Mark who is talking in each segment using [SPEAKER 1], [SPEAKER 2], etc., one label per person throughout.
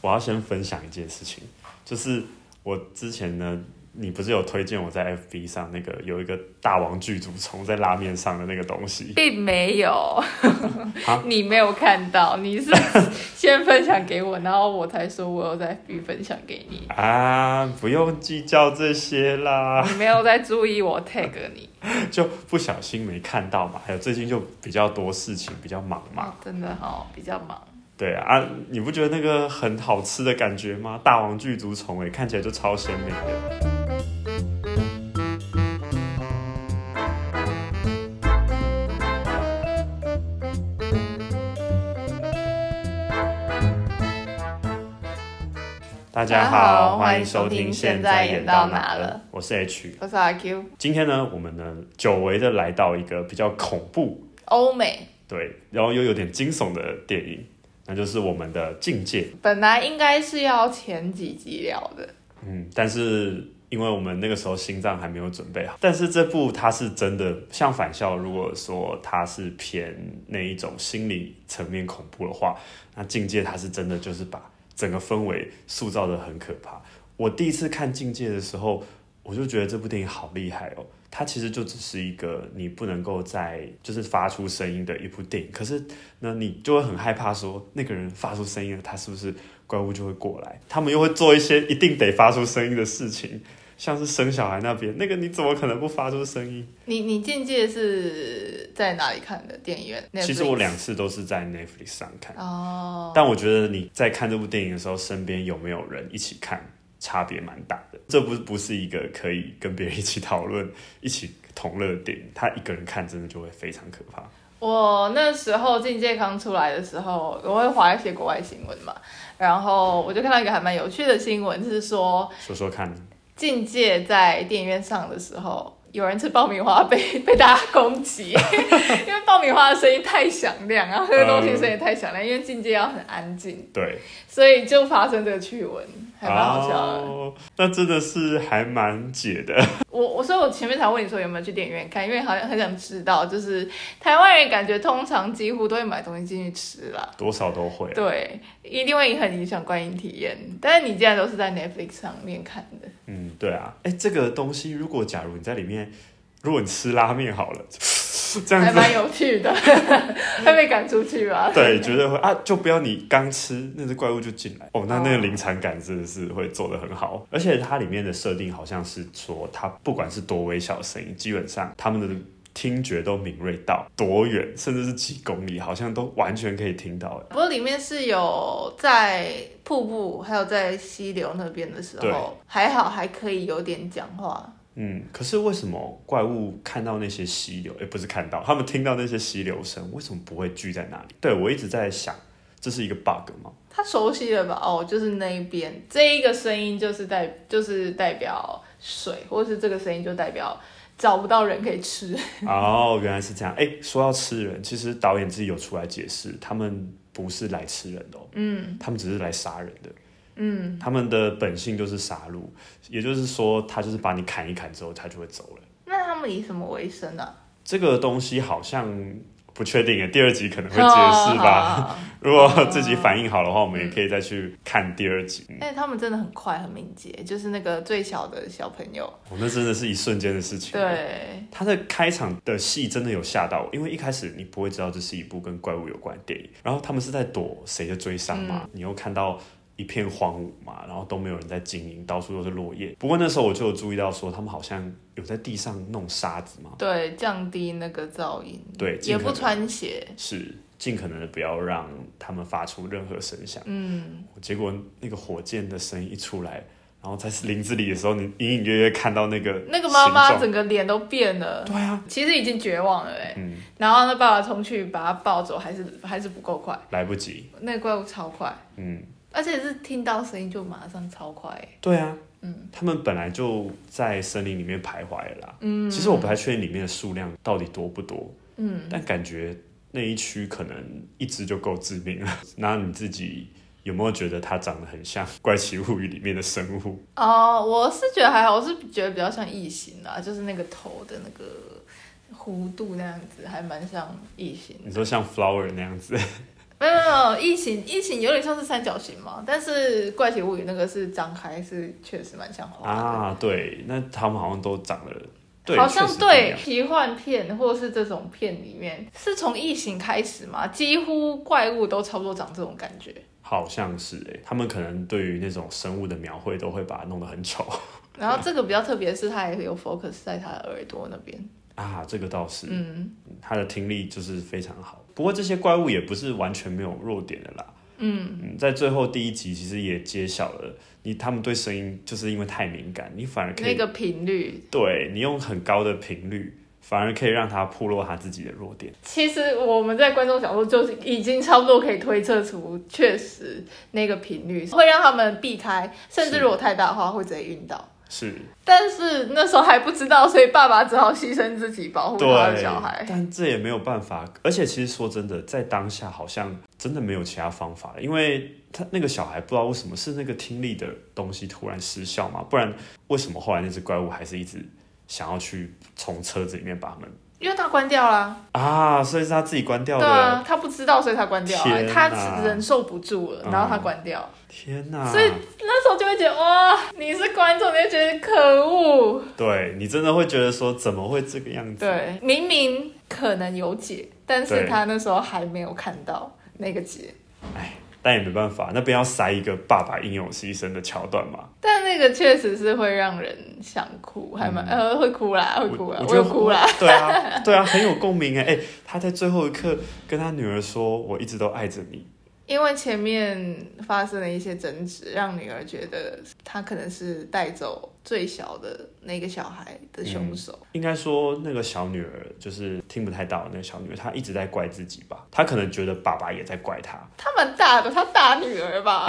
[SPEAKER 1] 我要先分享一件事情，就是我之前呢，你不是有推荐我在 FB 上那个有一个大王巨足虫在拉面上的那个东西？
[SPEAKER 2] 并没有
[SPEAKER 1] 啊，
[SPEAKER 2] 你没有看到，你是先分享给我，然后我才说我有在 B 分享给你，
[SPEAKER 1] 啊，不用计较这些啦，
[SPEAKER 2] 你没有在注意我 tag 你，
[SPEAKER 1] 就不小心没看到嘛。还有最近就比较多事情，比较 忙嘛。
[SPEAKER 2] 哦真的好、比较忙，
[SPEAKER 1] 对啊，啊你不觉得那个很好吃的感觉吗？大王巨足虫诶，看起来就超鲜美的。大家
[SPEAKER 2] 大家
[SPEAKER 1] 好，
[SPEAKER 2] 好
[SPEAKER 1] 欢迎收
[SPEAKER 2] 欢迎收
[SPEAKER 1] 听《
[SPEAKER 2] 听
[SPEAKER 1] 现
[SPEAKER 2] 现在
[SPEAKER 1] 在
[SPEAKER 2] 演
[SPEAKER 1] 演到
[SPEAKER 2] 到
[SPEAKER 1] 哪
[SPEAKER 2] 哪
[SPEAKER 1] 了
[SPEAKER 2] 了》，
[SPEAKER 1] 我是 H。
[SPEAKER 2] 我是阿 Q，
[SPEAKER 1] 今天呢，我们呢久违的来到一个比较恐怖
[SPEAKER 2] 欧美
[SPEAKER 1] 对，然后又有点惊悚的电影，那就是我们的《境界》。
[SPEAKER 2] 本来应该是要前几集聊的，
[SPEAKER 1] 嗯，但是因为我们那个时候心脏还没有准备好，但是这部它是真的像返校，如果说它是偏那一种心理层面恐怖的话，那《境界》它是真的就是把整个氛围塑造的很可怕。我第一次看《境界》的时候，我就觉得这部电影好厉害哦。它其实就只是一个你不能够在就是发出声音的一部电影，可是那你就会很害怕说那个人发出声音了，他是不是怪物就会过来，他们又会做一些一定得发出声音的事情，像是生小孩那边，那个你怎么可能不发出声音？
[SPEAKER 2] 你你境界是在哪里看的？电影院？
[SPEAKER 1] 其实我
[SPEAKER 2] Netflix
[SPEAKER 1] 两次都是在 Netflix 上看，
[SPEAKER 2] 哦，
[SPEAKER 1] 但我觉得你在看这部电影的时候，身边有没有人一起看，差别蛮大的。这不不是一个可以跟别人一起讨论、一起同乐的电影，他一个人看真的就会非常可怕。
[SPEAKER 2] 我那时候境界刚出来的时候，我会划一些国外新闻嘛，然后我就看到一个还蛮有趣的新闻，是说
[SPEAKER 1] 说说看，
[SPEAKER 2] 境界在电影院上的时候，有人吃爆米花被 被大家攻 击，因为爆米花的声音太响亮，然后喝东西的声音也太响亮，因为境界要很安静，
[SPEAKER 1] 对，
[SPEAKER 2] 所以就发生这个趣闻，还蛮好笑的。
[SPEAKER 1] 哦那真的是还蛮解的。
[SPEAKER 2] 我我所以，我前面才问你说有没有去电影院看，因为好像很想知道，就是台湾人感觉通常几乎都会买东西进去吃啦，
[SPEAKER 1] 多少都会。啊
[SPEAKER 2] 对，一定会很影响观影体验。但是你既然都是在 Netflix 上面看的，
[SPEAKER 1] 嗯，对啊，哎，这个东西如果假如你在里面，如果你吃拉面好 了，这样
[SPEAKER 2] 还
[SPEAKER 1] 子，
[SPEAKER 2] 蛮有趣的， 会被赶出去吧？
[SPEAKER 1] 对，绝对会啊，就不要你刚吃那只怪物就进来哦，那那个
[SPEAKER 2] 哦
[SPEAKER 1] 临场感真的是会做得很好，而且它里面的设定好像是说，它不管是多微小的声音，基本上他们的。听觉都敏锐到多远，甚至是几公里，好像都完全可以听到。
[SPEAKER 2] 不过里面是有在瀑布，还有在溪流那边的时
[SPEAKER 1] 对
[SPEAKER 2] 候，还好还可以有点讲话，
[SPEAKER 1] 嗯，可是为什么怪物看到那些溪流，也不是看到，他们听到那些溪流声，为什么不会聚在那里？对我一直在想，这是一个 bug 吗？
[SPEAKER 2] 他熟悉了吧？哦，就是那一边，这一个声音就是代就是代表水，或是这个声音就代表找不到人可以吃。
[SPEAKER 1] 哦，原来是这样。哎、说要吃人，其实导演自己有出来解释，他们不是来吃人的、哦，嗯，他们只是来杀人的，嗯，他们的本性就是杀戮，也就是说，他就是把你砍一砍之后，他就会走了。
[SPEAKER 2] 那他们以什么为生啊？
[SPEAKER 1] 这个东西好像不确定耶，第二集可能会解
[SPEAKER 2] 哦
[SPEAKER 1] 释吧。
[SPEAKER 2] 好好哦嗯好
[SPEAKER 1] 如果自己反应好的话，我们也可以再去看第二集。
[SPEAKER 2] 但是哎他们真的很快很敏捷，就是那个最小的小朋友，
[SPEAKER 1] 哦，那真的是一瞬间的事情。，
[SPEAKER 2] 对，
[SPEAKER 1] 它的开场的戏真的有吓到我，因为一开始你不会知道这是一部跟怪物有关的电影，然后他们是在躲谁的追杀
[SPEAKER 2] 嗯
[SPEAKER 1] 嘛，你又看到。一片荒芜嘛，然后都没有人在经营，到处都是落叶。不过那时候我就有注意到说，他们好像有在地上弄沙子嘛，
[SPEAKER 2] 对，降低那个噪音，
[SPEAKER 1] 对
[SPEAKER 2] 也
[SPEAKER 1] 尽可能
[SPEAKER 2] 不穿鞋，
[SPEAKER 1] 是尽可能的不要让他们发出任何声响。
[SPEAKER 2] 嗯，
[SPEAKER 1] 结果那个火箭的声音一出来，然后在林子里的时候，你隐隐约约看到那个
[SPEAKER 2] 那个妈妈
[SPEAKER 1] 形状
[SPEAKER 2] 整个脸都变了，
[SPEAKER 1] 对啊，
[SPEAKER 2] 其实已经绝望了哎、
[SPEAKER 1] 嗯，
[SPEAKER 2] 然后那爸爸冲去把他抱走，还是还是不够快，
[SPEAKER 1] 来不及，
[SPEAKER 2] 那个怪物超快。
[SPEAKER 1] 嗯，
[SPEAKER 2] 而且是听到声音就马上超快欸，
[SPEAKER 1] 对啊，
[SPEAKER 2] 嗯，
[SPEAKER 1] 他们本来就在森林里面徘徊了啦，嗯，其实我不太确定里面的数量到底多不多，
[SPEAKER 2] 嗯，
[SPEAKER 1] 但感觉那一区可能一只就够致命了。 那你自己有没有觉得它长得很像《怪奇物语》里面的生物？
[SPEAKER 2] 哦、我是觉得还好，我是觉得比较像异形啦，就是那个头的那个弧度那样子，还蛮像异形。
[SPEAKER 1] 你说像 Flower 那样子，
[SPEAKER 2] 没有没有，没有疫情疫情有点像是三角形嘛，但是怪奇物语那个是张开，是确实蛮像花的。
[SPEAKER 1] 啊，对，那他们好像都长了，对，
[SPEAKER 2] 好像
[SPEAKER 1] 确实不一
[SPEAKER 2] 对
[SPEAKER 1] 样
[SPEAKER 2] 奇幻片或是这种片里面，是从异形开始嘛，几乎怪物都差不多长这种感觉。
[SPEAKER 1] 好像是哎、他们可能对于那种生物的描绘都会把它弄得很丑
[SPEAKER 2] 然后这个比较特别的是，它也有 focus 在它的耳朵那边。
[SPEAKER 1] 啊，这个倒是，
[SPEAKER 2] 嗯，
[SPEAKER 1] 他的听力就是非常好。不过这些怪物也不是完全没有弱点的啦。嗯在最后第一集其实也揭晓了，你他们对声音就是因为太敏感，你反而可
[SPEAKER 2] 那
[SPEAKER 1] 以、
[SPEAKER 2] 个频率，
[SPEAKER 1] 对你用很高的频率，反而可以让他暴露他自己的弱点。
[SPEAKER 2] 其实我们在观众角度就是已经差不多可以推测出，确实那个频率会让他们避开，甚至
[SPEAKER 1] 是
[SPEAKER 2] 如果太大的话会直接晕倒。
[SPEAKER 1] 是
[SPEAKER 2] 但是那时候还不知道，所以爸爸只好牺牲自己保护他的
[SPEAKER 1] 对
[SPEAKER 2] ，Oh 小孩，。
[SPEAKER 1] 但这也没有办法。而且其实说真的，在当下好像真的没有其他方法了，因为他那个小孩不知道为什么是那个听力的东西突然失效嘛，不然为什么后来那只怪物还是一直想要去从车子里面把他们
[SPEAKER 2] 因为他关掉啦，
[SPEAKER 1] 啊？所以是他自己关掉
[SPEAKER 2] 对
[SPEAKER 1] 的。
[SPEAKER 2] 啊，他不知道，所以他关掉啊
[SPEAKER 1] 天，哪
[SPEAKER 2] 他忍受不住了，
[SPEAKER 1] 嗯
[SPEAKER 2] 然后他关掉，
[SPEAKER 1] 天哪！
[SPEAKER 2] 所以那时候就会觉得哇，你是观众，你就觉得可恶，
[SPEAKER 1] 对你真的会觉得说怎么会这个样子？
[SPEAKER 2] 对，明明可能有解，但是
[SPEAKER 1] 对
[SPEAKER 2] 他那时候还没有看到那个解，
[SPEAKER 1] 但也没办法，那边要塞一个爸爸英勇牺牲的桥段嘛。
[SPEAKER 2] 但那个确实是会让人想哭，还蛮、呃会哭啦，会哭啦，
[SPEAKER 1] 嗯我
[SPEAKER 2] 我
[SPEAKER 1] 觉
[SPEAKER 2] 有
[SPEAKER 1] 得
[SPEAKER 2] 哭啦，。
[SPEAKER 1] 对啊，对啊，很有共鸣哎哎，他在最后一刻跟他女儿说：“我一直都爱着你。
[SPEAKER 2] 因为前面发生了一些争执，让女儿觉得她可能是带走最小的那个小孩
[SPEAKER 1] 嗯
[SPEAKER 2] 的凶手。”
[SPEAKER 1] 应该说那个小女儿就是听不太到那个小女儿，她一直在怪自己吧，她可能觉得爸爸也在怪她。
[SPEAKER 2] 她蛮大的，她大女 儿吧，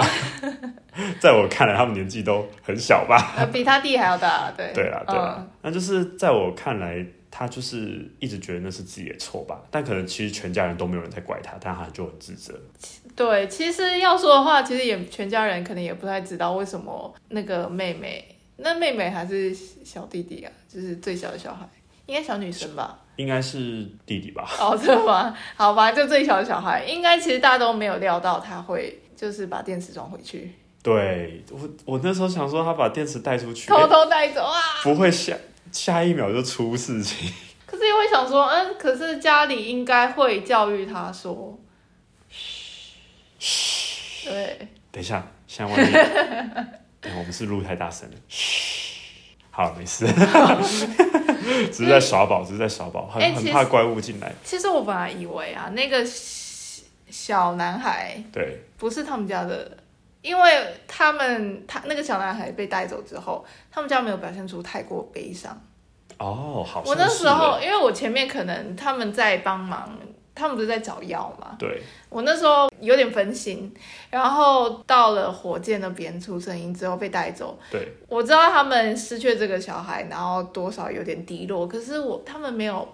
[SPEAKER 1] 在我看来，他们年纪都很小吧。
[SPEAKER 2] 呃，比她弟还要大，对。
[SPEAKER 1] 对啦，对啊啦，
[SPEAKER 2] 嗯
[SPEAKER 1] 那就是在我看来，他就是一直觉得那是自己的错吧，但可能其实全家人都没有人在怪他，但他就很自责。
[SPEAKER 2] 嗯对，其实要说的话，其实也全家人可能也不太知道为什么那个妹妹，那妹妹还是小弟弟啊，就是最小的小孩，应该小女 生吧。
[SPEAKER 1] 应该是弟弟吧？
[SPEAKER 2] 哦，对吗？好吧，就最小的小孩，应该其实大家都没有料到他会就是把电池装回去，
[SPEAKER 1] 对我，我那时候想说他把电池带出去，
[SPEAKER 2] 偷
[SPEAKER 1] 诶
[SPEAKER 2] 偷带走啊。
[SPEAKER 1] 不会下下一秒就出事情。
[SPEAKER 2] 可是又会想说，嗯，可是家里应该会教育他说，嘘，对，
[SPEAKER 1] 等一下，现在外面， 等一下我们是录太大声了。嘘，好，没事， 只是在耍
[SPEAKER 2] 哎
[SPEAKER 1] 宝，只是在耍宝，很、
[SPEAKER 2] 诶
[SPEAKER 1] 很
[SPEAKER 2] 其
[SPEAKER 1] 怕
[SPEAKER 2] 实
[SPEAKER 1] 怪物进来。
[SPEAKER 2] 其实我本来以为啊，那个小小男孩
[SPEAKER 1] 对，
[SPEAKER 2] 不是他们家的，因为他们他那个小男孩被带走之后，他们家没有表现出太过悲伤。
[SPEAKER 1] 哦，好像
[SPEAKER 2] 我那
[SPEAKER 1] 是
[SPEAKER 2] 时候
[SPEAKER 1] 诶，
[SPEAKER 2] 因为我前面可能他们在帮忙，他们不是在找药嘛，
[SPEAKER 1] 对，
[SPEAKER 2] 我那时候有点分心，然后到了火箭那边出声音之后被带走，
[SPEAKER 1] 对，
[SPEAKER 2] 我知道他们失去了这个小孩，然后多少有点低落，可是我他们没有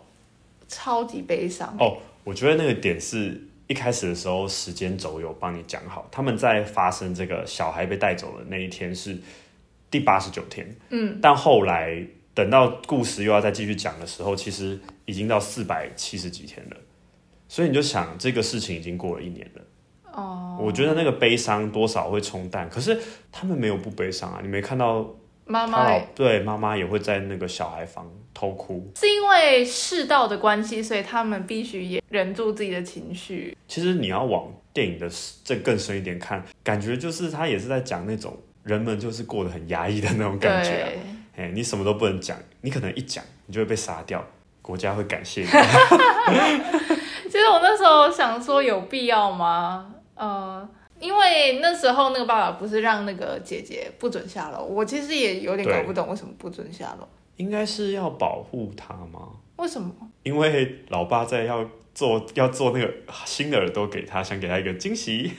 [SPEAKER 2] 超级悲伤，
[SPEAKER 1] 哦，我觉得那个点是一开始的时候，时间轴有帮你讲好，他们在发生这个小孩被带走的那一天是第八十九天，嗯，但后来等到故事又要再继续讲的时候，其实已经到四百七十几天了。所以你就想，这个事情已经过了一年了。哦，我觉得那个悲伤多少会冲淡，可是他们没有不悲伤啊！你没看到
[SPEAKER 2] 妈
[SPEAKER 1] 他
[SPEAKER 2] 妈
[SPEAKER 1] 老
[SPEAKER 2] 也
[SPEAKER 1] 对妈妈也会在那个小孩房偷哭，
[SPEAKER 2] 是因为世道的关系，所以他们必须也忍住自己的情绪。
[SPEAKER 1] 其实你要往电影的这更深一点看，感觉就是他也是在讲那种人们就是过得很压抑的那种感觉、啊。
[SPEAKER 2] 对，
[SPEAKER 1] 哎、你什么都不能讲，你可能一讲你就会被杀掉，国家会 感谢你。
[SPEAKER 2] 其实我那时候想说有必要吗？呃，因为那时候那个爸爸不是让那个姐姐不准下楼，我其实也有点搞不懂为什么不准下楼，
[SPEAKER 1] 应该是要保护他吗？
[SPEAKER 2] 为什么？
[SPEAKER 1] 因为老爸在要做要做那个新的耳朵给他，想给他一个惊喜，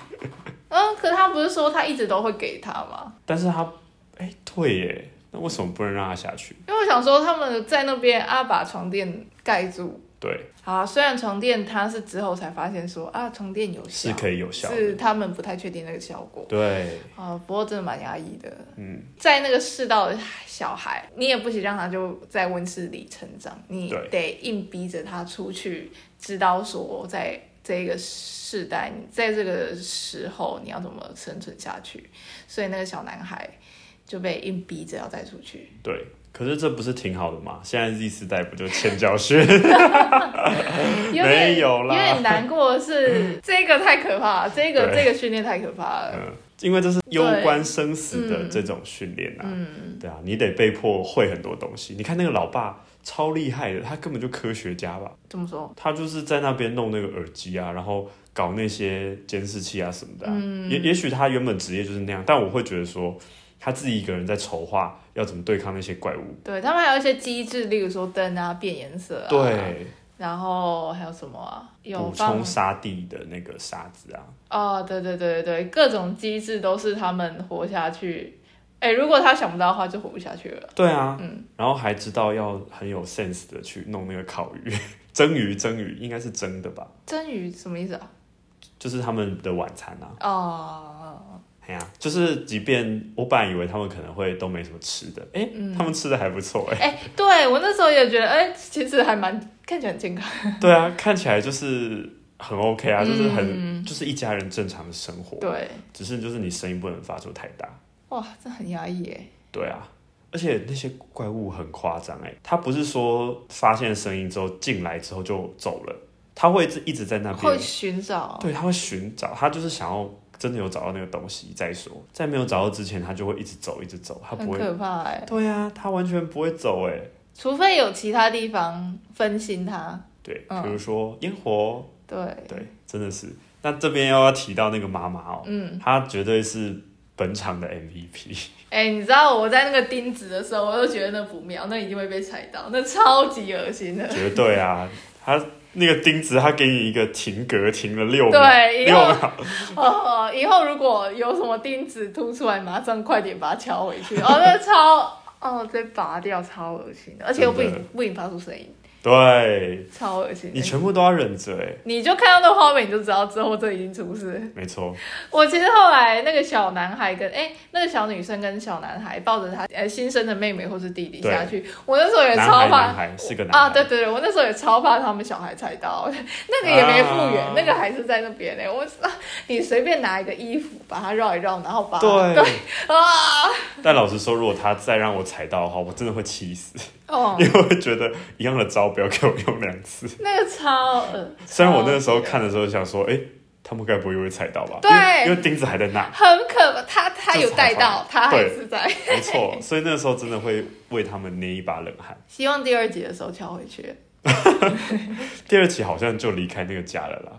[SPEAKER 2] 嗯，可他不是说他一直都会给他吗？
[SPEAKER 1] 但是他哎、对耶，那为什么不能让他下去？
[SPEAKER 2] 因为我想说他们在那边啊把床垫盖住。
[SPEAKER 1] 对，
[SPEAKER 2] 好啊，虽然床垫他是之后才发现说啊床垫有效
[SPEAKER 1] 是，可以有效的。
[SPEAKER 2] 是他们不太确定那个效果。
[SPEAKER 1] 对，
[SPEAKER 2] 啊、不过真的蛮压抑的。
[SPEAKER 1] 嗯，
[SPEAKER 2] 在那个世道的小孩，你也不许让他就在温室里成长，你
[SPEAKER 1] 对
[SPEAKER 2] 得硬逼着他出去，知道说在这一个世代，你在这个时候你要怎么生存下去？所以那个小男孩就被硬逼着要再出 去。
[SPEAKER 1] 对，可是这不是挺好的吗？现在 Z 世代不就欠 教训？
[SPEAKER 2] 有点
[SPEAKER 1] 没有啦
[SPEAKER 2] 有点难过的是 这个太可怕了，这个
[SPEAKER 1] 对
[SPEAKER 2] 这个训练太可怕了。
[SPEAKER 1] 嗯，因为这是攸关生死的这种训练啊，对啊，你得被迫会很多东西。你看那个老爸超厉害的，他根本就科学家吧，
[SPEAKER 2] 怎么说？
[SPEAKER 1] 他就是在那边弄那个耳机啊，然后搞那些监视器啊什么的、啊。也也许他原本职业就是那样，但我会觉得说他自己一个人在筹划要怎么对抗那些怪物。
[SPEAKER 2] 对他们还有一些机制，例如说灯啊变颜色啊，，
[SPEAKER 1] 对，
[SPEAKER 2] 然后还有什么啊？有
[SPEAKER 1] 补
[SPEAKER 2] 放
[SPEAKER 1] 充沙地的那个沙子啊，
[SPEAKER 2] 哦，对对对对对，各种机制都是他们活下去。哎，如果他想不到的话，就活不下去了。
[SPEAKER 1] 对啊，然后还知道要很有 sense 的去弄那个烤鱼、 蒸鱼、蒸鱼，应该是蒸的吧？
[SPEAKER 2] 蒸鱼什么意思啊？
[SPEAKER 1] 就是他们的晚餐啊。
[SPEAKER 2] 哦，
[SPEAKER 1] 哎呀、就是即便我本来以为他们可能会都没什么吃的，哎、
[SPEAKER 2] 嗯
[SPEAKER 1] 他们吃的还不错哎、
[SPEAKER 2] 哎，对我那时候也觉得，哎，其实还蛮看起来很健康。
[SPEAKER 1] 对啊，看起来就是很 OK 啊，就是很、就是一家人正常的生活，
[SPEAKER 2] 嗯对，
[SPEAKER 1] 只是就是你声音不能发出太大，
[SPEAKER 2] 哇，这很压抑耶。
[SPEAKER 1] 对啊。而且那些怪物很夸张哎，他不是说发现声音之后进来之后就走了，他会一直在那边
[SPEAKER 2] 会寻找，
[SPEAKER 1] 对，他会寻找，他就是想要真的有找到那个东西再说，在没有找到之前，他就会一直走，一直走，他
[SPEAKER 2] 很
[SPEAKER 1] 不会。
[SPEAKER 2] 可怕哎，
[SPEAKER 1] 对啊，他完全不会走哎。
[SPEAKER 2] 除非有其他地方分心他。
[SPEAKER 1] 对，比
[SPEAKER 2] 嗯
[SPEAKER 1] 如说烟火，
[SPEAKER 2] 对，
[SPEAKER 1] 对，真的是。那这边又要提到那个妈妈哦，
[SPEAKER 2] 嗯，
[SPEAKER 1] 她绝对是本场的 MVP。
[SPEAKER 2] 哎、你知道我在那个钉子的时候，我就觉得那不妙，那一定会被踩到，那超级恶心 的。
[SPEAKER 1] 绝对啊，他那个钉子，他给你一个停格，停了六秒，
[SPEAKER 2] 对以
[SPEAKER 1] 六
[SPEAKER 2] 后
[SPEAKER 1] 秒，
[SPEAKER 2] 哦，以后如果有什么钉子凸出来，马上快点把它敲回去。哦，那超哦，直接拔掉，超恶心的，而且又不
[SPEAKER 1] 真的
[SPEAKER 2] 引不引发出声音，
[SPEAKER 1] 对
[SPEAKER 2] 超恶心的。
[SPEAKER 1] 你全部都要忍着哎，
[SPEAKER 2] 你就看到那画面，你就知道之后这已经出事。
[SPEAKER 1] 没错，
[SPEAKER 2] 我其实后来那个小男孩跟哎、那个小女生跟小男孩抱着他呃新生的妹妹或是弟弟
[SPEAKER 1] 对
[SPEAKER 2] 下去，我那时候也
[SPEAKER 1] 男
[SPEAKER 2] 超
[SPEAKER 1] 孩
[SPEAKER 2] 怕
[SPEAKER 1] 男孩是个男孩
[SPEAKER 2] 啊，对对对，我那时候也超怕他们小孩踩到，那个也没复原，
[SPEAKER 1] 啊
[SPEAKER 2] 那个还是在那边呢、我啊你随便拿一个衣服把它绕一绕，然后把它
[SPEAKER 1] 对。
[SPEAKER 2] 啊，
[SPEAKER 1] 但老实说，如果他再让我踩到的话，我真的会气死，
[SPEAKER 2] 哦
[SPEAKER 1] 因，为我会觉得一样的招不要给我用两次。
[SPEAKER 2] 那个超呃，
[SPEAKER 1] 虽然我那个时候
[SPEAKER 2] 超
[SPEAKER 1] 看的时候想说，哎、他们该不会又会踩到吧？
[SPEAKER 2] 对
[SPEAKER 1] 因为因为钉子还在那，
[SPEAKER 2] 很可怕，他他有带到，
[SPEAKER 1] 这才
[SPEAKER 2] 他
[SPEAKER 1] 好
[SPEAKER 2] 还
[SPEAKER 1] 对
[SPEAKER 2] 是在。
[SPEAKER 1] 没 错。所以那个时候真的会为他们捏一把冷汗。
[SPEAKER 2] 希望第二集的时候敲回去
[SPEAKER 1] 第二集好像就离开那个家了啦，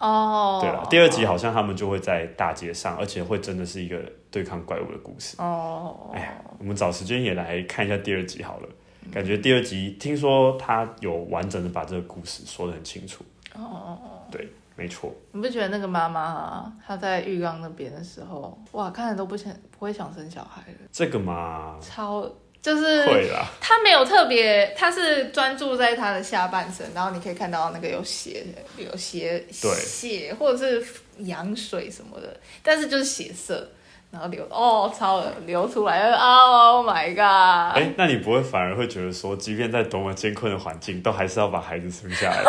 [SPEAKER 2] 哦。
[SPEAKER 1] 对啦，第二集好像他们就会在大街上，而且会真的是一个对抗怪物的故事。
[SPEAKER 2] 哦，
[SPEAKER 1] 哎呀，我们找时间也来看一下第二集好了。感觉第二集听说他有完整的把这个故事说得很清楚。
[SPEAKER 2] 哦哦哦。
[SPEAKER 1] 对，没错。
[SPEAKER 2] 你不觉得那个妈妈啊，她在浴缸那边的时候，哇，看着都不想不会想生小孩了，
[SPEAKER 1] 这个嘛，
[SPEAKER 2] 超就是
[SPEAKER 1] 会啦，
[SPEAKER 2] 她没有特别，她是专注在她的下半身，然后你可以看到那个有血有血
[SPEAKER 1] 对
[SPEAKER 2] 血或者是羊水什么的，但是就是血色，然后流哦超恶流出来，Oh my
[SPEAKER 1] 哎、
[SPEAKER 2] god！、
[SPEAKER 1] 那你不会反而会觉得说，即便在多么艰困的环境，都还是要把孩子生 下来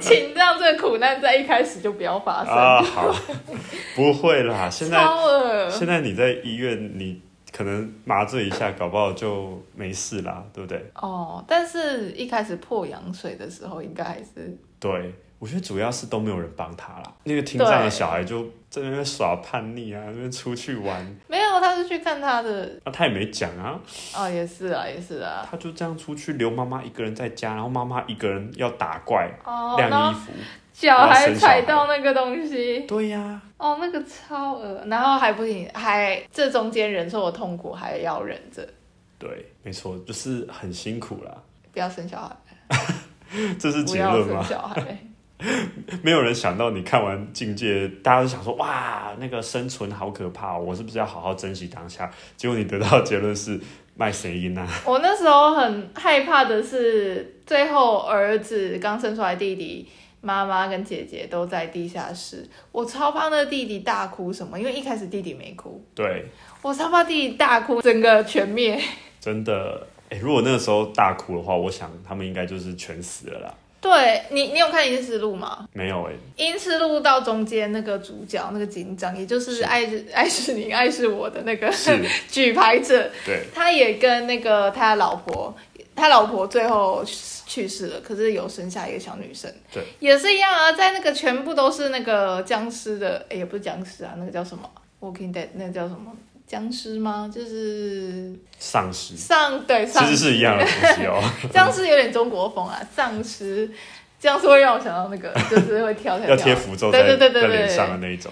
[SPEAKER 2] 请让这个苦难在一开始就不要发生，
[SPEAKER 1] 啊？好，不会啦。现在
[SPEAKER 2] 超恶
[SPEAKER 1] 现在你在医院，你可能麻醉一下，搞不好就没事啦，对不对？
[SPEAKER 2] 哦，但是一开始破羊水的时候，应该还是。
[SPEAKER 1] 对，我觉得主要是都没有人帮他啦。那个听障的小孩就在那边耍叛逆啊，那边出去玩
[SPEAKER 2] 没有，他是去看他的
[SPEAKER 1] 啊，他也没讲啊，
[SPEAKER 2] 哦，也是啊，也是啊。
[SPEAKER 1] 他就这样出去留妈妈一个人在家，然后妈妈一个人要打怪、
[SPEAKER 2] 哦，
[SPEAKER 1] 晾
[SPEAKER 2] 然
[SPEAKER 1] 衣
[SPEAKER 2] 后
[SPEAKER 1] 服。
[SPEAKER 2] 脚还踩到那个东西，
[SPEAKER 1] 对呀、
[SPEAKER 2] 哦，那个超恶，然后还不行，还这中间忍受的痛苦还要忍着，
[SPEAKER 1] 对，没错，就是很辛苦啦。
[SPEAKER 2] 不要生小孩，
[SPEAKER 1] 这是
[SPEAKER 2] 不
[SPEAKER 1] 结
[SPEAKER 2] 要
[SPEAKER 1] 论
[SPEAKER 2] 生
[SPEAKER 1] 吗？
[SPEAKER 2] 小孩。
[SPEAKER 1] 没有人想到你看完《境界》，大家都想说哇，那个生存好可怕、哦，我是不是要好好珍惜当下？结果你得到的结论是卖谁赢啊？
[SPEAKER 2] 我那时候很害怕的是，最后儿子刚生出来，弟弟、妈妈跟姐姐都在地下室，我超怕那个弟弟大哭什么，因为一开始弟弟没哭，
[SPEAKER 1] 对，
[SPEAKER 2] 我超怕弟弟大哭，整个全灭。
[SPEAKER 1] 真的，哎，如果那个时候大哭的话，我想他们应该就是全死了啦。
[SPEAKER 2] 对你，你有看《阴尸路》吗？
[SPEAKER 1] 没有哎、
[SPEAKER 2] 《阴尸路》到中间那个主角，那个警长，也就是
[SPEAKER 1] 是
[SPEAKER 2] 爱是 爱是你爱是我的那个
[SPEAKER 1] 是
[SPEAKER 2] 举牌者，
[SPEAKER 1] 对，
[SPEAKER 2] 他也跟那个他的老婆，他老婆最后去世了，可是有生下一个小女生，
[SPEAKER 1] 对，
[SPEAKER 2] 也是一样啊，在那个全部都是那个僵尸的，哎，也不是僵尸啊，那个叫什么《Walking Dead》，那个叫什么僵尸吗？就是
[SPEAKER 1] 丧尸
[SPEAKER 2] 丧对
[SPEAKER 1] 其
[SPEAKER 2] 丧
[SPEAKER 1] 实是一样的东 西哦，
[SPEAKER 2] 僵尸有点中国风啊，丧尸僵尸会让我想到那个，就是会跳跳
[SPEAKER 1] 要
[SPEAKER 2] 跳。
[SPEAKER 1] 贴符咒
[SPEAKER 2] 对
[SPEAKER 1] 在
[SPEAKER 2] 对对对
[SPEAKER 1] 在
[SPEAKER 2] 对
[SPEAKER 1] 脸上的那一种，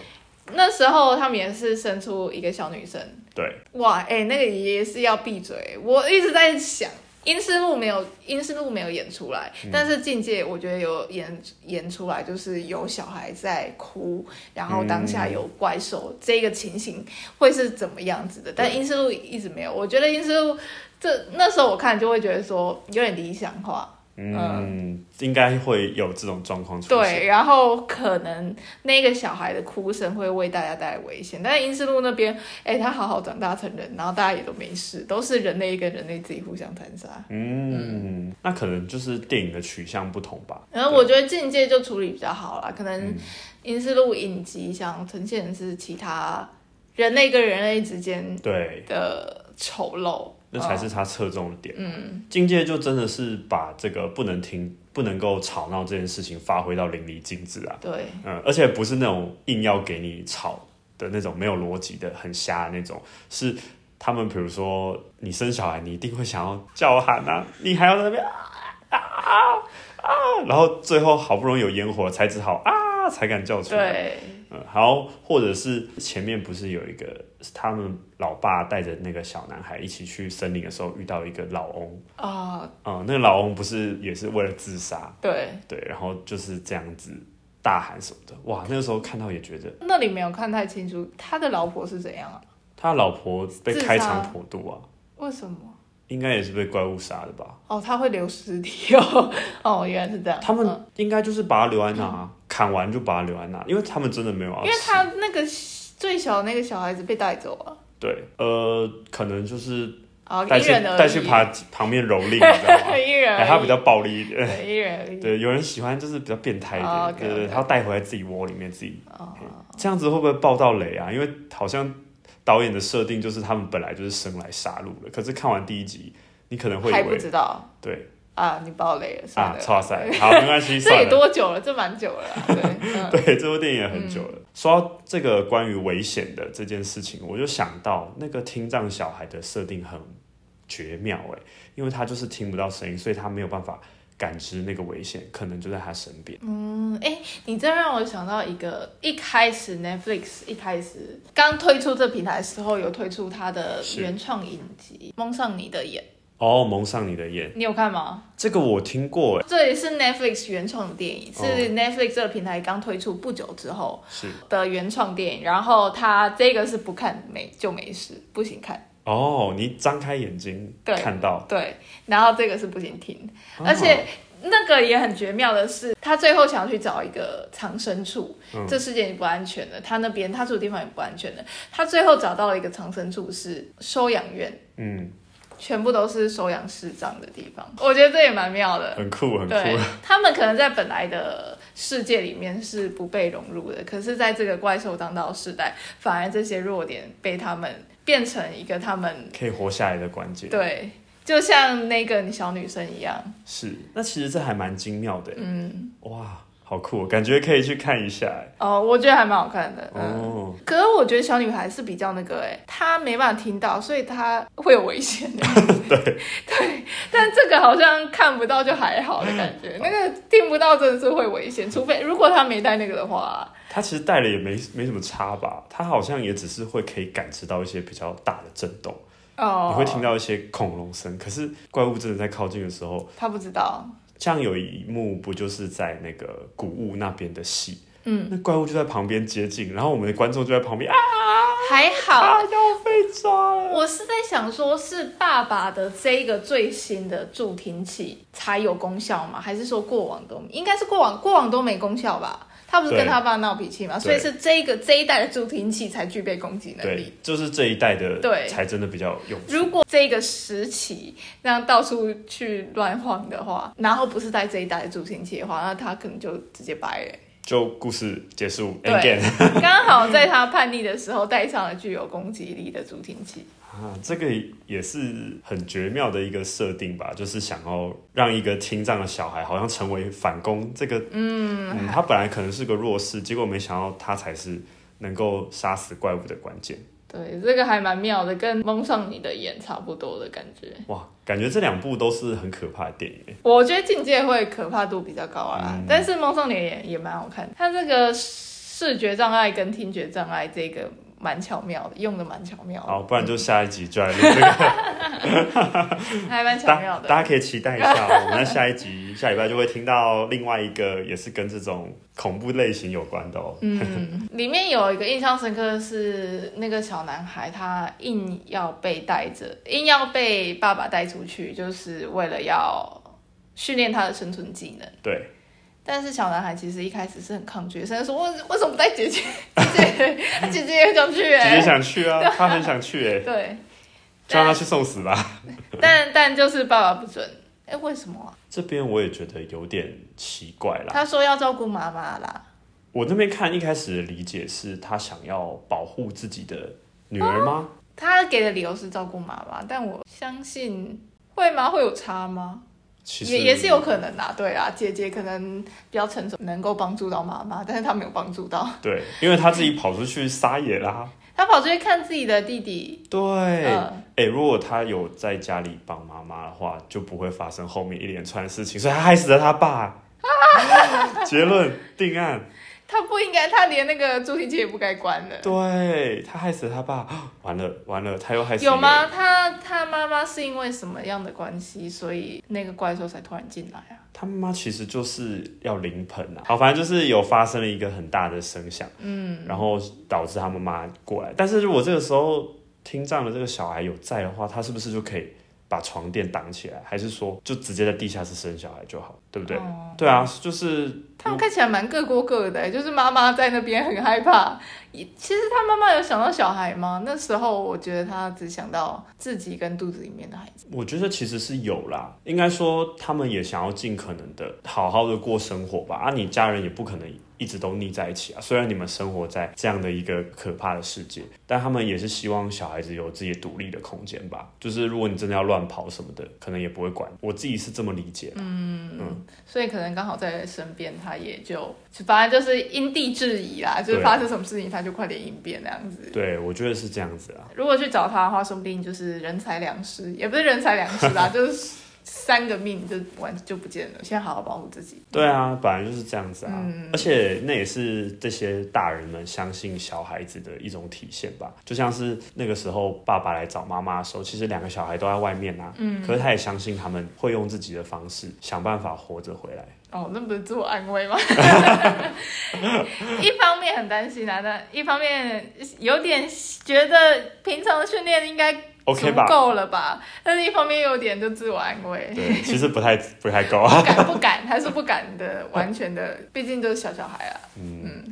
[SPEAKER 2] 那时候他们也是生出一个小女生，
[SPEAKER 1] 对，
[SPEAKER 2] 哇，哎、那个也是要闭嘴。我一直在想，《阴尸路》没有，《阴尸路》没有演出来，但是《境界》我觉得有演演出来，就是有小孩在哭，然后当下有怪兽、这个情形会是怎么样子的？但《阴尸路》一直没有，我觉得《阴尸路》这那时候我看就会觉得说有点理想化，
[SPEAKER 1] 嗯，应该会有这种状况出现，
[SPEAKER 2] 对，然后可能那个小孩的哭声会为大家带来危险，但是英斯路那边，哎、他好好长大成人，然后大家也都没事，都是人类跟人类自己互相残杀。
[SPEAKER 1] 嗯，那可能就是电影的取向不同吧，
[SPEAKER 2] 然后我觉得境界就处理比较好啦，可
[SPEAKER 1] 嗯
[SPEAKER 2] 能英斯路影集想呈现的是其他人类跟人类之间
[SPEAKER 1] 对，
[SPEAKER 2] 的丑陋，
[SPEAKER 1] 那才是他侧重的点。嗯，境界就真的是把这个不能听、不能够吵闹这件事情发挥到淋漓尽致啊。
[SPEAKER 2] 对。
[SPEAKER 1] 嗯，而且不是那种硬要给你吵的那种没有逻辑的、很瞎的那种，是他们比如说你生小孩，你一定会想要叫喊啊，你还要在那边啊啊啊，然后最后好不容易有烟火，才只好啊才敢叫出来。
[SPEAKER 2] 对，
[SPEAKER 1] 嗯，好，或者是前面不是有一个他们老爸带着那个小男孩一起去森林的时候遇到一个老翁，
[SPEAKER 2] 啊、
[SPEAKER 1] 啊、那个老翁不是也是为了自杀，
[SPEAKER 2] 对，
[SPEAKER 1] 对，然后就是这样子大喊什么的，哇，那个时候看到也觉得
[SPEAKER 2] 那里没有看太清楚，他的老婆是怎样啊？
[SPEAKER 1] 他老婆被
[SPEAKER 2] 自杀
[SPEAKER 1] 开肠破肚啊，
[SPEAKER 2] 为什么？
[SPEAKER 1] 应该也是被怪物杀的吧？
[SPEAKER 2] 哦，他会流尸体 哦，哦，原来是这样。
[SPEAKER 1] 他
[SPEAKER 2] 嗯
[SPEAKER 1] 们应该就是把他留在那、啊，砍完就把他留在那，因为他们真的没有要
[SPEAKER 2] 因为
[SPEAKER 1] 吃
[SPEAKER 2] 他那个最小的那个小孩子被带走了，
[SPEAKER 1] 对，呃，可能就是
[SPEAKER 2] 啊，
[SPEAKER 1] 带
[SPEAKER 2] 因
[SPEAKER 1] 去
[SPEAKER 2] 人而异，
[SPEAKER 1] 带去旁旁边蹂躏，你知道吗？
[SPEAKER 2] 因人而
[SPEAKER 1] 哎，
[SPEAKER 2] 异，
[SPEAKER 1] 他比较暴力一点。
[SPEAKER 2] 对，因人而异，
[SPEAKER 1] 对，有人喜欢就是比较变态一点，
[SPEAKER 2] 哦，OK，
[SPEAKER 1] 对对对，
[SPEAKER 2] OK
[SPEAKER 1] 他带回来自己窝里面自己，
[SPEAKER 2] 哦，
[SPEAKER 1] 这样子会不会爆到雷啊？因为好像导演的设定就是他们本来就是生来杀戮的，可是看完第一集，你可能会
[SPEAKER 2] 还
[SPEAKER 1] 以
[SPEAKER 2] 不
[SPEAKER 1] 为
[SPEAKER 2] 知道
[SPEAKER 1] 对
[SPEAKER 2] 啊，你爆雷了，算
[SPEAKER 1] 啊，
[SPEAKER 2] 了，
[SPEAKER 1] 超赛，好，没关系，
[SPEAKER 2] 这
[SPEAKER 1] 算
[SPEAKER 2] 也
[SPEAKER 1] 了。嗯
[SPEAKER 2] 多久了？这蛮久了啦， 对，嗯，
[SPEAKER 1] 对，这部电影也很久了。说到这个关于危险的这件事情，我就想到那个听障小孩的设定很绝妙哎、因为他就是听不到声音，所以他没有办法感知那个危险，可能就在他身边。
[SPEAKER 2] 嗯，哎、你这让我想到一个，一开始 Netflix 一开始刚推出这平台的时候，有推出它的
[SPEAKER 1] 是
[SPEAKER 2] 原创影集《蒙上你的眼
[SPEAKER 1] 哦，蒙上你的眼，》，
[SPEAKER 2] 你有看吗？
[SPEAKER 1] 这个我听过哎、
[SPEAKER 2] 这里是 Netflix 原创的电影，是
[SPEAKER 1] 哦
[SPEAKER 2] Netflix 这个平台刚推出不久之后
[SPEAKER 1] 是。
[SPEAKER 2] 的原创电影。然后它这个是不看没就没事，不行看。
[SPEAKER 1] 哦，你张开眼睛
[SPEAKER 2] 对
[SPEAKER 1] 看到，啊
[SPEAKER 2] 对，然后这个是不行听，
[SPEAKER 1] 哦
[SPEAKER 2] 而且那个也很绝妙的是，他最后想要去找一个藏身处，
[SPEAKER 1] 嗯
[SPEAKER 2] 这世界也不安全了，他那边他住的地方也不安全了，他最后找到了一个藏身处是收养院，
[SPEAKER 1] 嗯，
[SPEAKER 2] 全部都是收养师长的地方，我觉得这也蛮妙的。
[SPEAKER 1] 很酷很酷，
[SPEAKER 2] 对，他们可能在本来的世界里面是不被融入的，可是在这个怪兽当道时代，反而这些弱点被他们变成一个他们
[SPEAKER 1] 可以活下来的关键。
[SPEAKER 2] 对，就像那个小女生一样，
[SPEAKER 1] 是，那其实这还蛮精妙的，哎
[SPEAKER 2] 嗯，
[SPEAKER 1] 哇，好酷，感觉可以去看一下。哎
[SPEAKER 2] 哦，我觉得还蛮好看的，嗯。
[SPEAKER 1] 哦，
[SPEAKER 2] 可是我觉得小女孩是比较那个哎、她没办法听到，所以她会有危险 的。对 对，但这个好像看不到就还好的感觉，那个听不到真的是会危险，除非如果她没带那个的话，
[SPEAKER 1] 他其实戴了也没没什么差吧，他好像也只是会可以感知到一些比较大的震动，
[SPEAKER 2] 哦，
[SPEAKER 1] 你会听到一些恐龙声。可是怪物真的在靠近的时候，
[SPEAKER 2] 他不知道，
[SPEAKER 1] 像有一幕不就是在那个古物那边的戏，
[SPEAKER 2] 嗯，
[SPEAKER 1] 那怪物就在旁边接近，然后我们的观众就在旁边啊，
[SPEAKER 2] 还好
[SPEAKER 1] 他要被抓了。
[SPEAKER 2] 我是在想说，是爸爸的这个最新的助听器才有功效吗？还是说过往都应该是过往过往都没功效吧？他不是
[SPEAKER 1] 对
[SPEAKER 2] 跟他爸闹脾气吗？所以
[SPEAKER 1] 对
[SPEAKER 2] 是这个这一代的助听器才具备攻击能力
[SPEAKER 1] 对。，就是这一代的，
[SPEAKER 2] 对
[SPEAKER 1] 才真的比较有用。
[SPEAKER 2] 如果这个时期那样到处去乱晃的话，然后不是在这一代的助听器的话，那他可能就直接掰了。
[SPEAKER 1] 就故事结束
[SPEAKER 2] 对
[SPEAKER 1] ，again
[SPEAKER 2] 刚好在他叛逆的时候带上了具有攻击力的助听器。
[SPEAKER 1] 啊， 这个也是很绝妙的一个设定吧，就是想要让一个听障的小孩好像成为反攻这个，嗯他本来可能是个弱势，结果没想到他才是能够杀死怪物的关键。
[SPEAKER 2] 对，这个还蛮妙的，跟蒙上你的眼差不多的感觉。
[SPEAKER 1] 哇，感觉这两部都是很可怕的电影耶。
[SPEAKER 2] 我觉得境界会可怕度比较高啊，
[SPEAKER 1] 嗯
[SPEAKER 2] 但是蒙上你的眼也蛮好看的。他这个视觉障碍跟听觉障碍这个蛮巧妙的，用的蛮巧妙
[SPEAKER 1] 好，
[SPEAKER 2] 的，
[SPEAKER 1] 不然就下一集就来录这个，
[SPEAKER 2] 还蛮巧
[SPEAKER 1] 大
[SPEAKER 2] 妙
[SPEAKER 1] 家
[SPEAKER 2] 的。
[SPEAKER 1] 大家可以期待一下哦，我们在下一集下礼拜就会听到另外一个也是跟这种恐怖类型有关的哦。
[SPEAKER 2] 嗯，里面有一个印象深刻的是那个小男孩，他硬要被带着，硬要被爸爸带出去，就是为了要训练他的生存技能。
[SPEAKER 1] 对，
[SPEAKER 2] 但是小男孩其实一开始是很抗拒，甚至说：“为哦为什么不带姐 姐？姐姐，他 姐姐也想去、欸。”
[SPEAKER 1] 姐姐想去啊，她很想去哎，
[SPEAKER 2] 对，
[SPEAKER 1] 就让她去送死吧。
[SPEAKER 2] 但但就是爸爸不准。哎、为什么啊、
[SPEAKER 1] 这边我也觉得有点奇怪啦。
[SPEAKER 2] 他说要照顾妈妈啦。
[SPEAKER 1] 我那边看一开始的理解是他想要保护自己的女儿吗？
[SPEAKER 2] 哦他给的理由是照顾妈妈，但我相信会吗？会有差吗？
[SPEAKER 1] 其实
[SPEAKER 2] 也也是有可能啦，对啊，姐姐可能比较成熟，能够帮助到妈妈，但是她没有帮助到，
[SPEAKER 1] 对，因为他自己跑出去撒野啦。
[SPEAKER 2] 她跑出去看自己的弟弟，
[SPEAKER 1] 对，哎、
[SPEAKER 2] 嗯
[SPEAKER 1] 如果他有在家里帮妈妈的话，就不会发生后面一连串的事情，所以他害死了他 爸。结论定案，
[SPEAKER 2] 她不应该，她连那个助听器也不该关的，
[SPEAKER 1] 对他害死了他爸， 完了完了，他又害死
[SPEAKER 2] 有
[SPEAKER 1] 一个人？
[SPEAKER 2] 吗？她她妈妈是因为什么样的关系，所以那个怪兽才突然进来啊？
[SPEAKER 1] 他妈妈其实就是要临盆啊，好，反正就是有发生了一个很大的声响，嗯，然后导致他妈妈过来。但是如果这个时候听障的这个小孩有在的话，他是不是就可以把床垫挡起来，还是说就直接在地下室生小孩就好，对不对？
[SPEAKER 2] 哦
[SPEAKER 1] 对啊，就是
[SPEAKER 2] 他们看起来蛮各过各的、欸就是妈妈在那边很害怕。也其实她妈妈有想到小孩吗？那时候我觉得她只想到自己跟肚子里面的孩子。
[SPEAKER 1] 我觉得其实是有啦，应该说他们也想要尽可能的好好的过生活吧。啊，你家人也不可能一直都腻在一起啊。虽然你们生活在这样的一个可怕的世界，但他们也是希望小孩子有自己独立的空间吧。就是如果你真的要乱跑什么的，可能也不会管。我自己是这么理解的。
[SPEAKER 2] 所以可能刚好在身边，他也就反正就是因地制宜啦，就是
[SPEAKER 1] 对
[SPEAKER 2] 发生什么事情他就快点应变那样子。
[SPEAKER 1] 对，我觉得是这样子啊。
[SPEAKER 2] 如果去找他的话，说不定就是人财两失，也不是人财两失啦，就是三个命就完就不见了。先好好保护自己。
[SPEAKER 1] 对啊，本来就是这样子啊，
[SPEAKER 2] 嗯
[SPEAKER 1] 而且那也是这些大人们相信小孩子的一种体现吧。就像是那个时候爸爸来找妈妈的时候，其实两个小孩都在外面啊，嗯，可是他也相信他们会用自己的方式想办法活着回来。
[SPEAKER 2] 哦，那不是自我安慰吗？ 一方面很担心啊，但一方面有点觉得平常的训练应该
[SPEAKER 1] OK
[SPEAKER 2] 足
[SPEAKER 1] 吧
[SPEAKER 2] 够了吧但是一方面又有点就自我安慰。
[SPEAKER 1] 对，其实不太不太够 啊，
[SPEAKER 2] 不敢不敢，还是不敢的，完全的， 毕竟都是小小孩啊，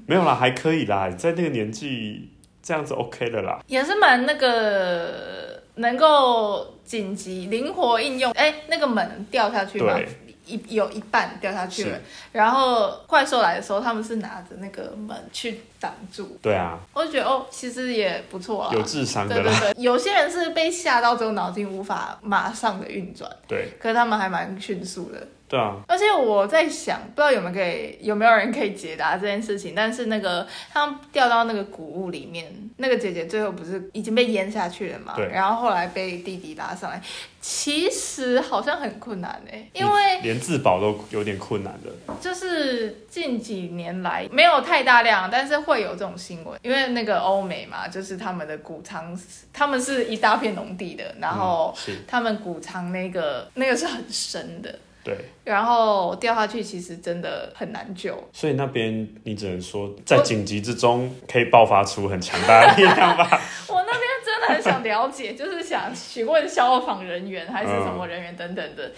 [SPEAKER 1] 没有啦，还可以啦，在那个年纪这样子 OK 的啦。
[SPEAKER 2] 也是蛮那个能够紧急灵活应用。哎、那个门掉下去嘛
[SPEAKER 1] 对，
[SPEAKER 2] 一有一半掉下去了
[SPEAKER 1] 是，
[SPEAKER 2] 然后怪兽来的时候，他们是拿着那个门去挡住，
[SPEAKER 1] 对啊，
[SPEAKER 2] 我就觉得哦，其实也不错啊。
[SPEAKER 1] 有智商
[SPEAKER 2] 对
[SPEAKER 1] 的啦，
[SPEAKER 2] 对对，有些人是被吓到之后脑筋无法马上的运转，
[SPEAKER 1] 对
[SPEAKER 2] 可是他们还蛮迅速的。
[SPEAKER 1] 对啊，
[SPEAKER 2] 而且我在想，不知道有没有给有没有人可以解答这件事情。但是那个他们掉到那个谷物里面，那个姐姐最后不是已经被淹下去了嘛？
[SPEAKER 1] 对
[SPEAKER 2] 然后后来被弟弟拉上来，其实好像很困难欸诶、因为
[SPEAKER 1] 连自保都有点困难的。
[SPEAKER 2] 就是近几年来没有太大量，但是会有这种新闻，因为那个欧美嘛，就是他们的谷仓是，他们是一大片农地的，然后
[SPEAKER 1] 嗯是
[SPEAKER 2] 他们谷仓那个那个是很深的。
[SPEAKER 1] 对，
[SPEAKER 2] 然后掉下去其实真的很难救。
[SPEAKER 1] 所以那边你只能说，在紧急之中可以爆发出很强大的力 量吧。
[SPEAKER 2] 我那边真的很想了解，就是想询问消防人员还是什么人员等等 的。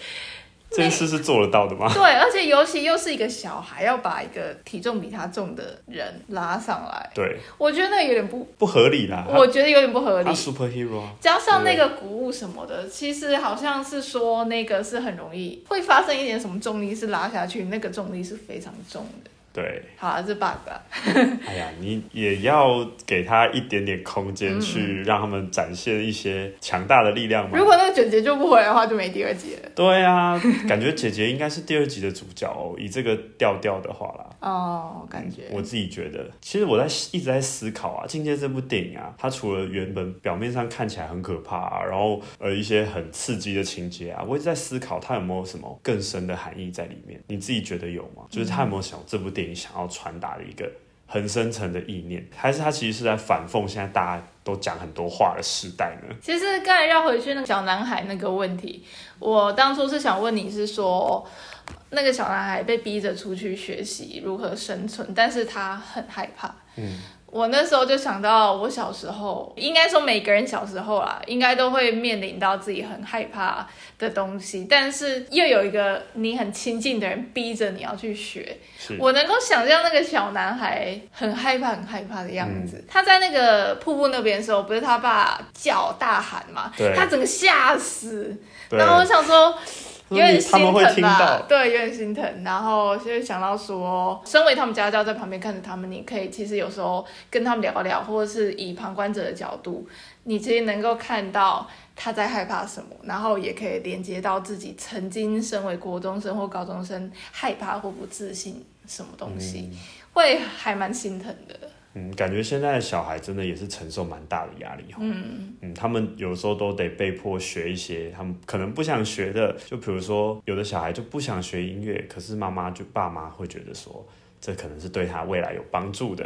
[SPEAKER 1] 这件事是做得到的吗？
[SPEAKER 2] 对，而且尤其又是一个小孩，要把一个体重比他重的人拉上来，
[SPEAKER 1] 对，
[SPEAKER 2] 我觉得那有点不，
[SPEAKER 1] 不合理啦。
[SPEAKER 2] 我觉得有点不合
[SPEAKER 1] 啊他
[SPEAKER 2] 理
[SPEAKER 1] 他。superhero 啊
[SPEAKER 2] 加上那个谷物什么的，其实好像是说那个是很容易会发生一点什么重力是拉下去，那个重力是非常重的。
[SPEAKER 1] 对，
[SPEAKER 2] 好啊，这 bug 啊，
[SPEAKER 1] 哎呀，你也要给他一点点空间，去让他们展现一些强大的力量嘛
[SPEAKER 2] 如。果那个卷轴救不回来的话，就没第二集了。
[SPEAKER 1] 对啊，感觉姐姐应该是第二集的主角哦。以这个调调的话啦，
[SPEAKER 2] 哦，感觉
[SPEAKER 1] 嗯我自己觉得，其实我在一直在思考啊，《境界》这部电影啊，它除了原本表面上看起来很可怕、啊，然后呃一些很刺激的情节啊，我一直在思考它有没有什么更深的含义在里面。你自己觉得有吗？就是它有没有想这部电影想要传达的一个很深层的意念，还是它其实是在反讽现在大家都讲很多话的时代呢？
[SPEAKER 2] 其实刚才绕回去那个小男孩那个问题，我当初是想问你是说，那个小男孩被逼着出去学习如何生存，但是他很害怕。
[SPEAKER 1] 嗯，
[SPEAKER 2] 我那时候就想到我小时候，应该说每个人小时候啊，应该都会面临到自己很害怕的东西，但是又有一个你很亲近的人逼着你要去学，
[SPEAKER 1] 是
[SPEAKER 2] 我能够想象那个小男孩很害怕、很害怕的样子。
[SPEAKER 1] 嗯
[SPEAKER 2] 他在那个瀑布那边的时候，不是他爸叫大喊嘛
[SPEAKER 1] 对，
[SPEAKER 2] 他整个吓死。
[SPEAKER 1] 对，啊
[SPEAKER 2] 然后我想说。有点
[SPEAKER 1] 他
[SPEAKER 2] 心
[SPEAKER 1] 们会
[SPEAKER 2] 疼
[SPEAKER 1] 听
[SPEAKER 2] 吧
[SPEAKER 1] 到，，
[SPEAKER 2] 对，有点心疼。然后就会想到说，身为他们家教在旁边看着他们，你可以其实有时候跟他们聊聊，或者是以旁观者的角度，你其实能够看到他在害怕什么，然后也可以连接到自己曾经身为国中生或高中生害怕或不自信什么东西，会还蛮心疼的。
[SPEAKER 1] 嗯，感觉现在的小孩真的也是承受蛮大的压力嗯嗯，他们有时候都得被迫学一些他们可能不想学的，就比如说有的小孩就不想学音乐，可是妈妈就爸妈会觉得说这可能是对他未来有帮助的。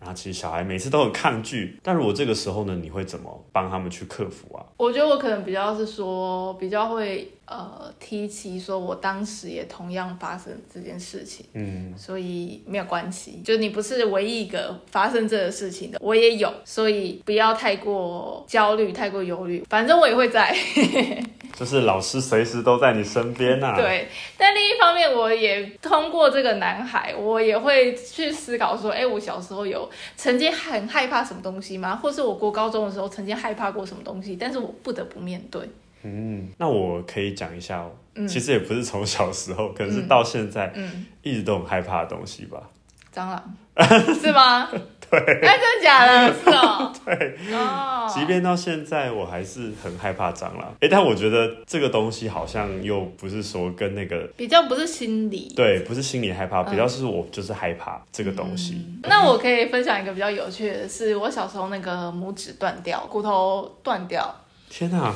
[SPEAKER 1] 然后其实小孩每次都很抗拒，但如果这个时候呢，你会怎么帮他们去克服啊？
[SPEAKER 2] 我觉得我可能比较是说，比较会呃提起说，我当时也同样发生这件事情，嗯，所以没有关系，就你不是唯一一个发生这个事情的，我也有，所以不要太过焦虑，太过忧虑，反正我也会在。
[SPEAKER 1] 就是老师随时都在你身边啊呐、，
[SPEAKER 2] 对，但另一方面，我也通过这个男孩，我也会去思考说，哎、我小时候有曾经很害怕什么东西吗？或是我过高中的时候曾经害怕过什么东西，但是我不得不面对。
[SPEAKER 1] 嗯，那我可以讲一下、哦，其实也不是从小时候，可能是到现在，
[SPEAKER 2] 嗯
[SPEAKER 1] 一直都很害怕的东西吧。
[SPEAKER 2] 蟑螂 是吗？ 对，哎，真的假的？是哦， 对，哦，
[SPEAKER 1] 即便到现在，我还是很害怕蟑螂。诶，但我觉得这个东西好像又不是说跟那个
[SPEAKER 2] 比较不是心理。
[SPEAKER 1] 对，不是心里害
[SPEAKER 2] 嗯
[SPEAKER 1] 怕，比较是我就是害怕这个东西。
[SPEAKER 2] 那我可以分享一个比较有趣的是，我小时候那个拇指断掉，骨头断掉，
[SPEAKER 1] 天哪、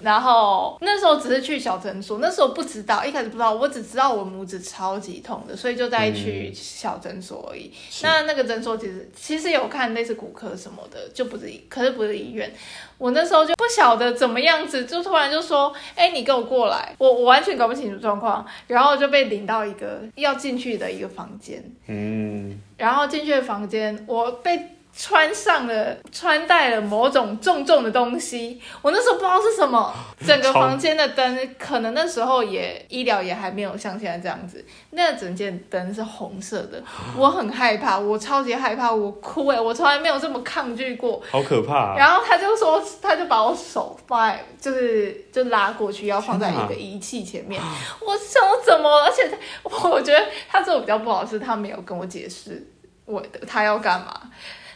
[SPEAKER 2] 然后那时候只是去小诊所，那时候不知道，一开始不知道，我只知道我拇指超级痛的，所以就带去小诊所而已。
[SPEAKER 1] 是
[SPEAKER 2] 那那个诊所其实其实有看类似骨科什么的，就不是医，可是不是医院。我那时候就不晓得怎么样子，就突然就说：“哎、你跟我过来。我”我完全搞不清楚状况，然后就被领到一个要进去的一个房间，
[SPEAKER 1] 嗯，
[SPEAKER 2] 然后进去的房间，我被穿上了穿戴了某种重重的东西，我那时候不知道是什么。整个
[SPEAKER 1] 超
[SPEAKER 2] 房间的灯，可能那时候也医疗也还没有像现在这样子，那整件灯是红色的，我很害怕，我超级害怕，我哭哎、我从来没有这么抗拒过。
[SPEAKER 1] 好可怕、 啊！
[SPEAKER 2] 然后他就说，他就把我手放在，就是就拉过去，要放在
[SPEAKER 1] 天哪
[SPEAKER 2] 一个仪器前面。我想我怎么？而且他我觉得他做的比较不好的是，他没有跟我解释我的他要干嘛。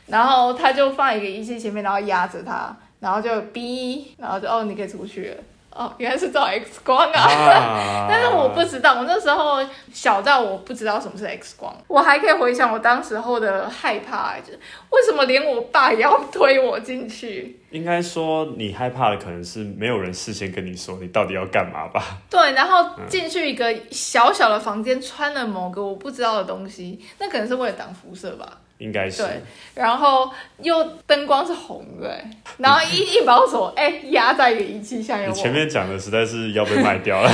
[SPEAKER 2] 然后他就放一个仪器前面，然后压着他，然后就哔，然后就哦，你可以出去了。哦，原来是照 X 光啊！
[SPEAKER 1] 啊
[SPEAKER 2] 但是我不知道，我那时候小到我不知道什么是 X 光，我还可以回想我当时候的害怕，就是为什么连我爸也要推我进去？
[SPEAKER 1] 应该说你害怕的可能是没有人事先跟你说你到底要干嘛吧？
[SPEAKER 2] 对，然后进去一个小小的房间，穿了某个我不知道的东西，那可能是为了挡辐射吧。
[SPEAKER 1] 应该是
[SPEAKER 2] 对，然后又灯光是红的、欸，然后一一把手哎、欸、压在仪器下面，
[SPEAKER 1] 你前面讲的实在是要被卖掉了，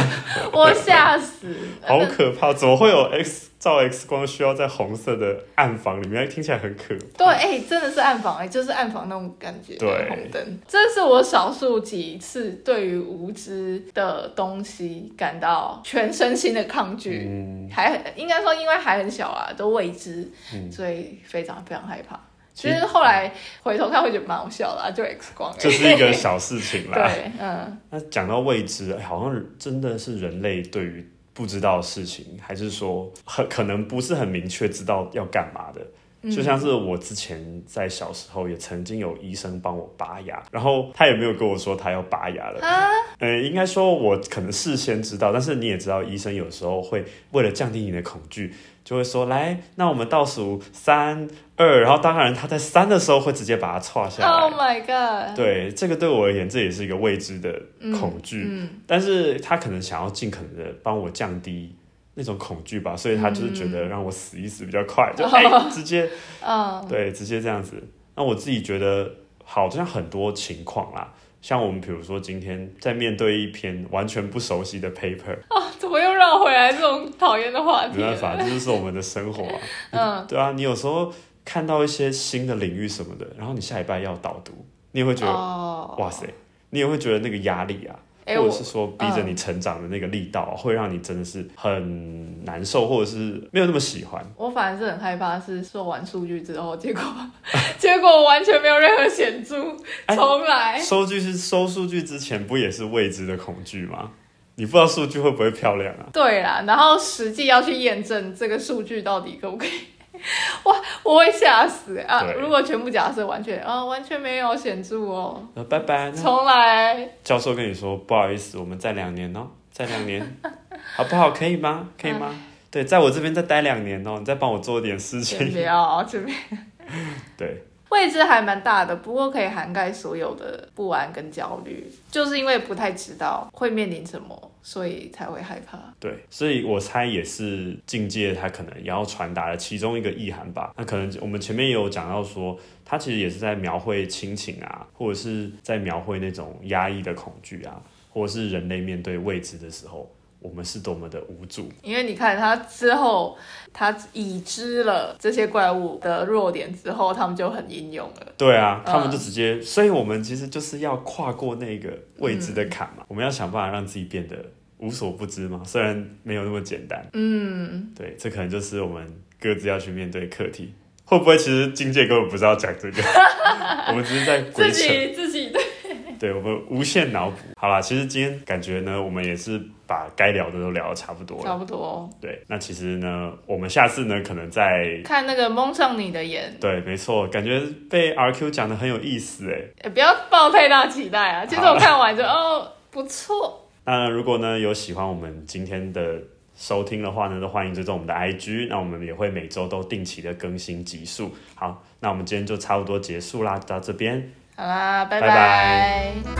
[SPEAKER 2] 我吓死，
[SPEAKER 1] 好可怕！怎么会有 X 照 X 光需要在红色的暗房里面？听起来很可怕。
[SPEAKER 2] 对，哎、欸，真的是暗房，哎，就是暗房那种感觉，
[SPEAKER 1] 对，
[SPEAKER 2] 红灯。这是我少数几次对于无知的东西感到全身心的抗拒，嗯、还应该说因为还很小啊，都未知，嗯、所以非常非常害怕。其实后来回头看会觉得蛮好笑的、啊，就 X 光、欸，
[SPEAKER 1] 这是啊一个小事情啦。
[SPEAKER 2] 对，嗯。
[SPEAKER 1] 那讲到未知、欸，好像真的是人类对于不知道的事情，还是说很可能不是很明确知道要干嘛的。
[SPEAKER 2] 嗯
[SPEAKER 1] 就像是我之前在小时候也曾经有医生帮我拔牙，然后他也没有跟我说他要拔牙了。
[SPEAKER 2] 啊，
[SPEAKER 1] 呃，应该说我可能事先知道，但是你也知道，医生有时候会为了降低你的恐惧，就会说来，那我们倒数三二，然后当然他在三的时候会直接把它岔下来。
[SPEAKER 2] Oh my god！
[SPEAKER 1] 对，这个对我而言这也是一个未知的恐惧，
[SPEAKER 2] 嗯嗯、
[SPEAKER 1] 但是他可能想要尽可能的帮我降低。那种恐惧吧，所以他就是觉得让我死一死比较快， 嗯、就哎、欸、直接，
[SPEAKER 2] 嗯，
[SPEAKER 1] 对，直接这样子。那我自己觉得，好像很多情况啦，像我们比如说今天在面对一篇完全不熟悉的 paper，
[SPEAKER 2] 哦，怎么又绕回来这种讨厌的话题？
[SPEAKER 1] 没办法，这就是我们的生活 啊。
[SPEAKER 2] 嗯，
[SPEAKER 1] 对啊，你有时候看到一些新的领域什么的，然后你下礼拜要导读，你也会觉得，
[SPEAKER 2] 哦、
[SPEAKER 1] 哇塞，你也会觉得那个压力啊。
[SPEAKER 2] 哎
[SPEAKER 1] 或者是说逼着你成长的那个力道、啊，
[SPEAKER 2] 欸嗯、
[SPEAKER 1] 会让你真的是很难受，或者是没有那么喜欢。
[SPEAKER 2] 我反而是很害怕，是做完数据之后，结果 结果完全没有任何显著，重来。
[SPEAKER 1] 收据是收数据之前，不也是未知的恐惧吗？你不知道数据会不会漂亮啊？
[SPEAKER 2] 对啦，然后实际要去验证这个数据到底可不可以。 哇，我会吓死啊！如果全部假设完全啊、哦，完全没有显著哦。
[SPEAKER 1] 那呃拜拜，
[SPEAKER 2] 重来。
[SPEAKER 1] 教授跟你说，不好意思，我们再两年哦，再两年，好不好？可以吗？可以吗？对，在我这边再待两年哦，你再帮我做点事情。
[SPEAKER 2] 不要这边。
[SPEAKER 1] 对。
[SPEAKER 2] 位置还蛮大的，不过可以涵盖所有的不安跟焦虑，就是因为不太知道会面临什么，所以才会害怕。
[SPEAKER 1] 对，所以我猜也是境界，它可能也要传达的其中一个意涵吧。那可能我们前面也有讲到说，它其实也是在描绘亲情啊，或者是在描绘那种压抑的恐惧啊，或者是人类面对未知的时候。我们是多么的无助，
[SPEAKER 2] 因为你看他之后，他已知了这些怪物的弱点之后，他们就很英勇了。
[SPEAKER 1] 对啊，他们就直接，嗯、所以我们其实就是要跨过那个未知的坎嘛，嗯、我们要想办法让自己变得无所不知嘛，虽然没有那么简单。
[SPEAKER 2] 嗯，
[SPEAKER 1] 对，这可能就是我们各自要去面对课题。会不会其实境界根本不是要讲这 个，我们只是在
[SPEAKER 2] 自己自己对。
[SPEAKER 1] 对我们无限脑补。好啦，其实今天感觉呢，我们也是把该聊的都聊的差不多了。
[SPEAKER 2] 差不多。
[SPEAKER 1] 对，那其实呢，我们下次呢，可能在
[SPEAKER 2] 看那个蒙上你的眼。
[SPEAKER 1] 对，没错，感觉被 RQ 讲的很有意思哎、
[SPEAKER 2] 欸。不要抱太大期待啊！其实我看完就哦，不错。
[SPEAKER 1] 那如果呢有喜欢我们今天的收听的话呢，都欢迎追踪我们的 IG。那我们也会每周都定期的更新集数。好，那我们今天就差不多结束啦，到这边。
[SPEAKER 2] 好啦，拜
[SPEAKER 1] 拜。拜拜